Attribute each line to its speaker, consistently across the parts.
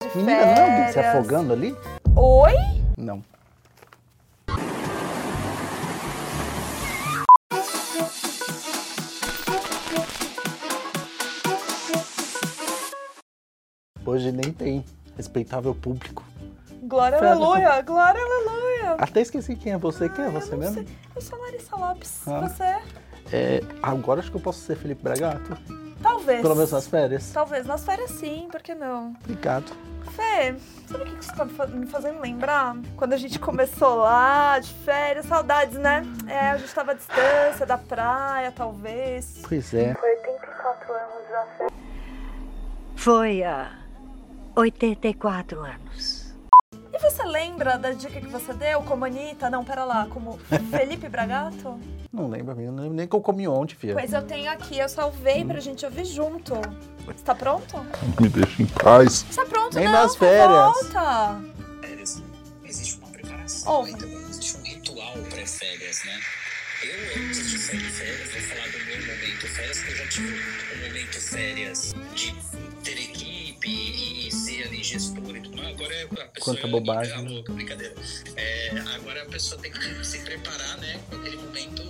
Speaker 1: férias.
Speaker 2: Menina, não é alguém se afogando ali?
Speaker 1: Oi?
Speaker 2: Não. Hoje nem tem respeitável público.
Speaker 1: Glória,
Speaker 2: Fera.
Speaker 1: aleluia, glória, aleluia.
Speaker 2: Até esqueci quem é você. Quem é
Speaker 1: Ah,
Speaker 2: você
Speaker 1: eu não
Speaker 2: mesmo?
Speaker 1: sei. Eu sou Larissa Lopes.
Speaker 2: Ah.
Speaker 1: Você é?
Speaker 2: É, agora acho que eu posso ser Felipe Bragato.
Speaker 1: Talvez.
Speaker 2: Pelo menos assim. nas férias.
Speaker 1: Talvez. Nas férias sim, por que não?
Speaker 2: Obrigado.
Speaker 1: Fê, sabe o que que você tá me fa- me fazendo lembrar? Quando a gente começou lá, de férias, saudades, né? É, a gente tava à distância da praia, talvez.
Speaker 2: Pois é.
Speaker 3: Foi há 84 anos.
Speaker 1: E você lembra da dica que você deu como Anitta? Não, pera lá, como Felipe Bragato?
Speaker 2: Não lembro, amigo. Não lembro nem que eu comi ontem, filha.
Speaker 1: Pois eu tenho aqui, eu salvei pra gente ouvir junto. Você tá pronto?
Speaker 4: Me deixa em paz.
Speaker 1: Você tá pronto,
Speaker 2: Nem
Speaker 1: não?
Speaker 2: nas
Speaker 1: tá
Speaker 2: férias. Tá
Speaker 1: Volta!
Speaker 5: férias, existe uma preparação
Speaker 1: Ouve.
Speaker 5: e também existe um ritual pré-férias, né? Eu, antes de sair de férias, vou falar do meu momento férias, que eu já tive um momento férias de ter equipe e, e ser ali gestor e tudo mais. Agora é a pessoa.
Speaker 2: Quanta
Speaker 5: é
Speaker 2: bobagem.
Speaker 5: amiga, louca, brincadeira. É, agora a pessoa tem que se preparar, né, com aquele momento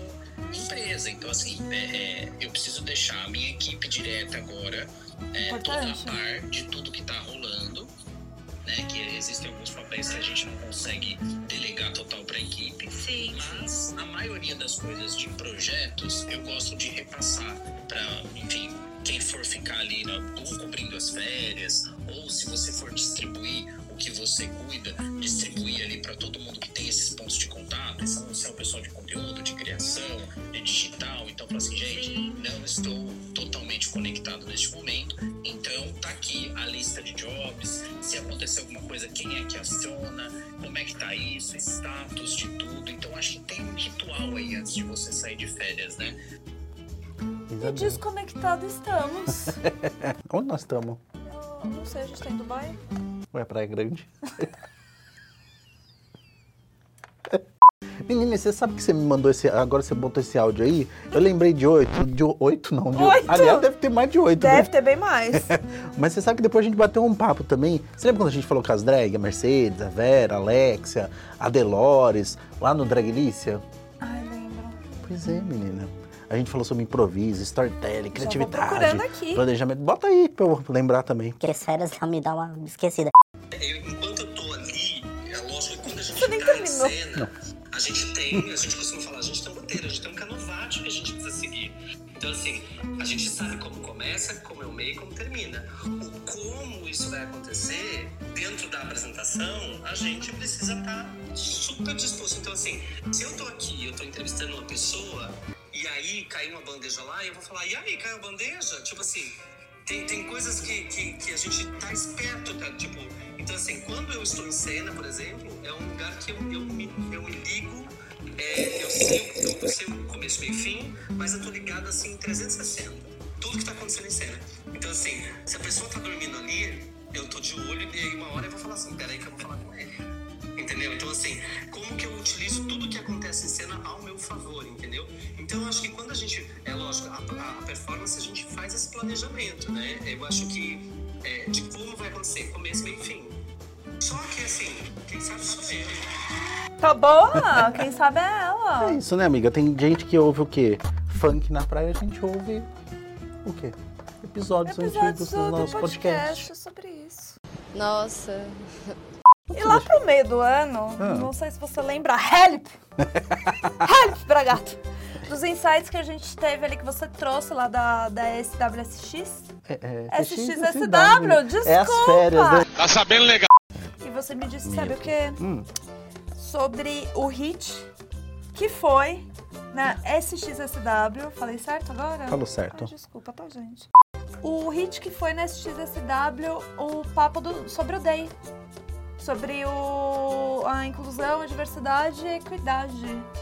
Speaker 5: empresa. Então, assim, é, é, eu preciso deixar a minha equipe direta agora é, toda a
Speaker 1: Importante.
Speaker 5: par de tudo que tá rolando né, que existem alguns papéis que a gente não consegue delegar total para a equipe. Sim. Mas a maioria das coisas de projetos eu gosto de repassar para, enfim, quem for ficar ali, né, ou cobrindo as férias, ou se você for distribuir o que você cuida, distribuir ali para todo mundo que tem esses pontos de contato, se não- se é o pessoal de conteúdo, de criação, de digital, então fala assim, gente, não estou totalmente conectado neste momento, então tá aqui a lista de jobs, se acontecer alguma coisa, quem é que aciona, como é que tá isso, status de tudo, então acho que tem um ritual aí antes de você sair de férias, né?
Speaker 1: E
Speaker 2: Isabela.
Speaker 1: desconectado estamos.
Speaker 2: Onde nós estamos?
Speaker 1: Eu não sei, a gente tá em Dubai?
Speaker 2: Ou é Praia Grande? Menina, você sabe que você me mandou esse. Agora você botou esse áudio aí? Eu lembrei de oito. De o- oito, não. De,
Speaker 1: Oito?
Speaker 2: Aliás, deve ter mais de oito, né?
Speaker 1: Deve ter bem mais.
Speaker 2: Mas você sabe que depois a gente bateu um papo também. Você lembra quando a gente falou com as drag? A Mercedes, a Vera, a Alexia, a Delores, lá no Draglícia?
Speaker 1: Ai, lembro.
Speaker 2: Pois é, menina. A gente falou sobre improviso, storytelling,
Speaker 1: Já vou
Speaker 2: criatividade,
Speaker 1: procurando aqui.
Speaker 2: planejamento. Bota aí pra eu lembrar também.
Speaker 6: Porque as férias não me dá uma esquecida.
Speaker 5: Eu, enquanto eu tô ali, é lógico que quando a gente
Speaker 1: Você nem
Speaker 5: tá em
Speaker 1: terminou.
Speaker 5: cena, a gente tem, a gente costuma falar, a gente tem um roteiro, a gente tem um canovate que a gente precisa seguir. Então, assim, a gente sabe como começa, como é o meio e como termina. O como isso vai acontecer dentro da apresentação, a gente precisa estar super disposto. Então, assim, se eu tô aqui, eu tô entrevistando uma pessoa, e aí cai uma bandeja lá, e eu vou falar, e aí, caiu a bandeja? Tipo assim, tem, tem coisas que, que, que a gente tá esperto, tá? Tipo, então assim, quando eu estou em cena, por exemplo, é um lugar que eu, eu, me, eu me ligo, é, eu, sei, o- eu sei o começo, meio e fim, mas eu tô ligado assim em 360. Tudo que tá acontecendo em cena. Então assim, se a pessoa tá dormindo ali, eu tô de olho e aí uma hora eu vou falar assim, peraí que eu vou falar com ele. Entendeu? Então, assim, como que eu utilizo tudo que acontece em cena ao meu favor, entendeu? Então, eu acho que quando a gente. É lógico, a, a- a performance a gente faz esse planejamento, né? Eu acho que. é, de como vai acontecer, começo, meio e fim. Só que, assim, quem sabe sou eu.
Speaker 1: Tá boa? Quem sabe é ela.
Speaker 2: É isso, né, amiga? Tem gente que ouve o quê? Funk na praia, a gente ouve o quê? Episódios,
Speaker 1: Um Episódio
Speaker 2: antigos do nosso
Speaker 1: do
Speaker 2: podcast.
Speaker 1: podcast sobre isso.
Speaker 7: Nossa,
Speaker 1: E lá pro meio do ano,
Speaker 2: Ah.
Speaker 1: não sei se você lembra, help! help, Bragato! Dos insights que a gente teve ali, que você trouxe lá da, da SWSX.
Speaker 2: É,
Speaker 1: SXSW,
Speaker 2: É as férias, né?
Speaker 1: desculpa!
Speaker 4: Tá sabendo legal?
Speaker 1: E você me disse,
Speaker 2: Minha
Speaker 1: sabe o quê?
Speaker 2: Hum.
Speaker 1: Sobre o hit que foi na SXSW. Falei certo agora?
Speaker 2: Falou certo.
Speaker 1: Ai, desculpa, tá, gente? O hit que foi na SXSW, o papo do- sobre o DEI. Sobre o, a inclusão, a diversidade e a equidade.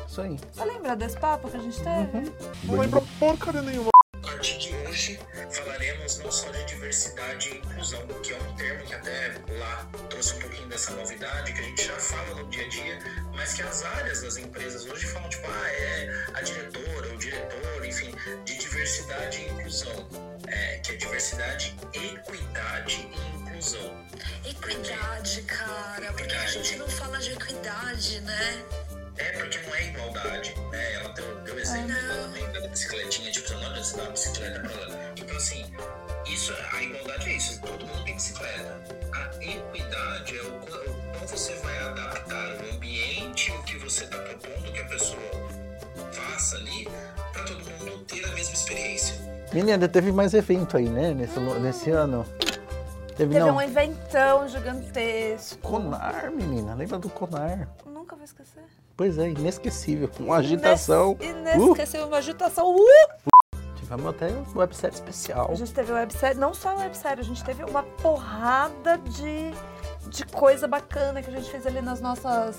Speaker 2: Isso aí.
Speaker 1: Você lembra desse papo que a gente teve?
Speaker 2: Uhum.
Speaker 4: Não lembro porcaria nenhuma.
Speaker 5: A partir de hoje, falaremos não só de diversidade e inclusão, que é um termo que até lá trouxe um pouquinho dessa novidade, que a gente já fala no dia a dia, mas que as áreas das empresas hoje falam, tipo, ah, é a diretora, o diretor, enfim, de diversidade e inclusão, é, que é diversidade, equidade e inclusão inclusão.
Speaker 7: Equidade, cara. Por que a gente não fala de equidade, né?
Speaker 5: É, porque não é igualdade, né? Ela deu, deu exemplo também da bicicletinha, tipo, não adianta você dar uma bicicleta pra ela. Então, assim, isso, a igualdade é isso, todo mundo tem bicicleta. A equidade é o quão o quão você vai adaptar o ambiente, o que você está propondo que a pessoa faça ali, para todo mundo ter a mesma experiência.
Speaker 2: Menina, ainda teve mais evento aí, né? Nesse, lo- nesse ano. Teve,
Speaker 1: Teve
Speaker 2: não.
Speaker 1: um inventão gigantesco.
Speaker 2: Conar, menina. Lembra do Conar?
Speaker 1: Nunca vou esquecer.
Speaker 2: Pois é, inesquecível. Uma agitação.
Speaker 1: Ines- Inesquecível, é assim, uma agitação. Uh!
Speaker 2: Tivemos até um websérie especial.
Speaker 1: A gente teve um websérie, não só websérie, a gente teve uma porrada de, de coisa bacana que a gente fez ali nas nossas,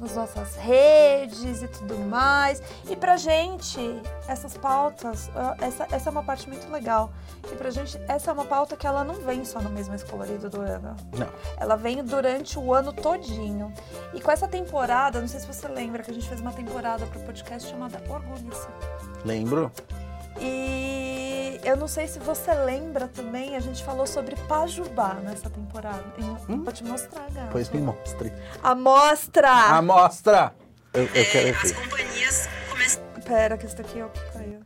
Speaker 1: nas nossas redes e tudo mais. E pra gente, essas pautas, ah, essa, essa é uma parte muito legal. Que pra gente, essa é uma pauta que ela não vem só no mês mais colorido do ano.
Speaker 2: Não.
Speaker 1: Ela vem durante o ano todinho. E com essa temporada, não sei se você lembra, que a gente fez uma temporada pro podcast chamada Orgulho-se.
Speaker 2: Lembro?
Speaker 1: E eu não sei se você lembra também, a gente falou sobre Pajubá nessa temporada. Eu-
Speaker 2: Hum?
Speaker 1: Vou te mostrar, gata.
Speaker 2: Pois me mostre. Ah.
Speaker 1: Amostra!
Speaker 2: Amostra! Eu, eu quero
Speaker 7: As
Speaker 2: ver.
Speaker 7: companhias começaram
Speaker 1: Pera, que isso daqui é o que caiu.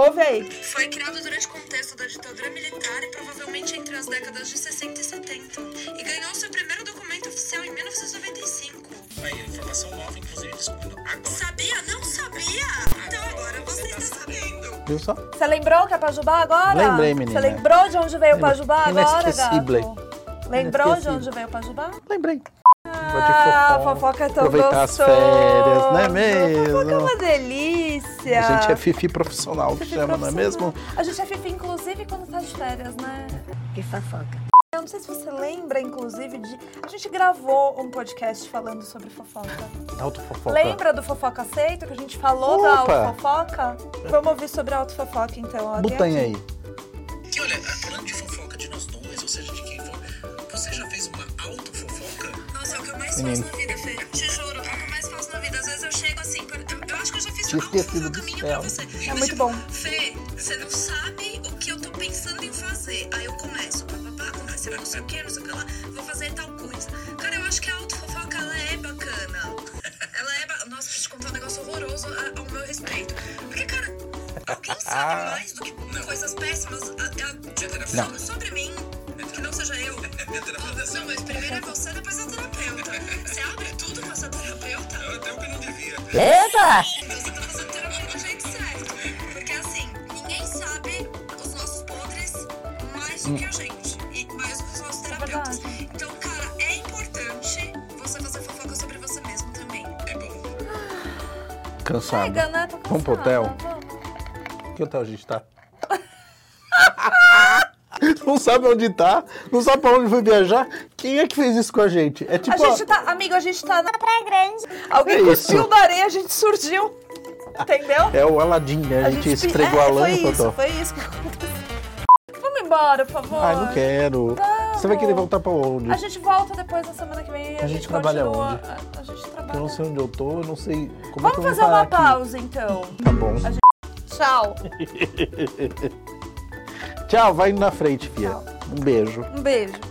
Speaker 1: Ouve aí.
Speaker 7: Foi criado durante o contexto da ditadura militar e provavelmente entre as décadas de 60 e 70. E ganhou seu primeiro documento oficial em 1995.
Speaker 5: Aí, informação nova, inclusive, descobrindo agora.
Speaker 7: Sabia? Não sabia? Então agora você está sabendo.
Speaker 2: Viu só?
Speaker 1: Você lembrou que é Pajubá agora?
Speaker 2: Lembrei, menina.
Speaker 1: Você lembrou de onde veio o
Speaker 2: Lembrei.
Speaker 1: Pajubá agora,
Speaker 2: Inesquecível.
Speaker 1: gato? Lembrou de
Speaker 2: Inesquecível.
Speaker 1: onde veio o Pajubá?
Speaker 2: Lembrei.
Speaker 1: Ah,
Speaker 2: fofão.
Speaker 1: fofoca é tão
Speaker 2: Aproveitar as
Speaker 1: gostoso.
Speaker 2: férias, não é mesmo?
Speaker 1: Fofoca é uma delícia.
Speaker 2: A gente é fifi profissional que
Speaker 1: Fifi
Speaker 2: chama, não é
Speaker 1: profissional.
Speaker 2: mesmo?
Speaker 1: A gente é fifi, inclusive, quando tá de férias, né?
Speaker 6: Que fofoca.
Speaker 1: Eu não sei se você lembra, inclusive, de. A gente gravou um podcast falando sobre fofoca.
Speaker 2: Autofofoca.
Speaker 1: Lembra do fofoca aceito que a gente falou da
Speaker 2: Opa!
Speaker 1: autofofoca? Vamos ouvir sobre a autofofoca, então. ó, tem
Speaker 2: Butanha
Speaker 1: aqui.
Speaker 2: aí.
Speaker 5: Que olha, falando de fofoca de nós dois, ou seja, de quem for, você já fez uma auto-fofoca?
Speaker 7: Nossa, é o que eu mais faço
Speaker 2: Menino.
Speaker 7: na vida, Fê. Te juro, é o que eu mais faço na vida. Às vezes eu chego assim, por- eu, eu acho que eu já fiz
Speaker 2: Tinha
Speaker 7: uma
Speaker 2: esquecido É,
Speaker 7: fofoca
Speaker 2: do
Speaker 7: minha
Speaker 2: céu.
Speaker 7: pra você. Mas,
Speaker 1: muito
Speaker 7: tipo,
Speaker 1: bom.
Speaker 7: Fê, você não sabe o que eu tô pensando em fazer. Aí eu começo, papapá, aconteceu ah, não sei o que, não sei o que lá, vou fazer tal coisa. Cara, eu acho que a autofofoca, ela é bacana. Ela é ba... Nossa, deixa eu te contar um negócio horroroso a- ao meu respeito. Porque, cara, alguém sabe
Speaker 2: Ah.
Speaker 7: mais do que um coisas péssimas a, a, falando sobre mim. Que não seja eu. Ó, Não, mas primeiro é você, depois é o terapeuta. Você abre tudo com essa terapeuta? Eu até o que não devia.
Speaker 6: Eita!
Speaker 7: Você tá fazendo terapia do jeito certo. Porque assim, ninguém sabe os nossos podres mais do que a gente. E mais do que os nossos
Speaker 1: é
Speaker 7: terapeutas. Então, cara, é importante você fazer fofoca sobre você mesmo também. É bom.
Speaker 2: Cansado.
Speaker 1: Chega, né? Tô cansada.
Speaker 2: Vamos pro hotel?
Speaker 1: Vamos.
Speaker 2: Que hotel a gente tá? Não sabe onde tá, não sabe pra onde foi viajar. Quem é que fez isso com a gente? É tipo.
Speaker 1: A gente tá. Amigo, a gente tá na Praia Grande. Alguém
Speaker 2: É isso.
Speaker 1: cuspiu na areia, a gente surgiu. Entendeu?
Speaker 2: É o Aladim, né? A, gente,
Speaker 1: pi-
Speaker 2: esfregou a
Speaker 1: É,
Speaker 2: lâmpada.
Speaker 1: Foi isso, foi isso que aconteceu. Vamos embora, por favor.
Speaker 2: Ai, não quero. Você vai querer voltar pra onde?
Speaker 1: A gente volta depois na semana que vem. e
Speaker 2: A gente trabalha
Speaker 1: continua-
Speaker 2: onde?
Speaker 1: A, a gente
Speaker 2: Eu
Speaker 1: trabalha.
Speaker 2: não sei onde eu tô, eu não sei como é que
Speaker 1: Vamos
Speaker 2: eu vou
Speaker 1: fazer uma
Speaker 2: parar aqui.
Speaker 1: pausa então.
Speaker 2: Tá bom.
Speaker 1: Tchau.
Speaker 2: Tchau, vai na frente, Fia. Um beijo.
Speaker 1: Um beijo.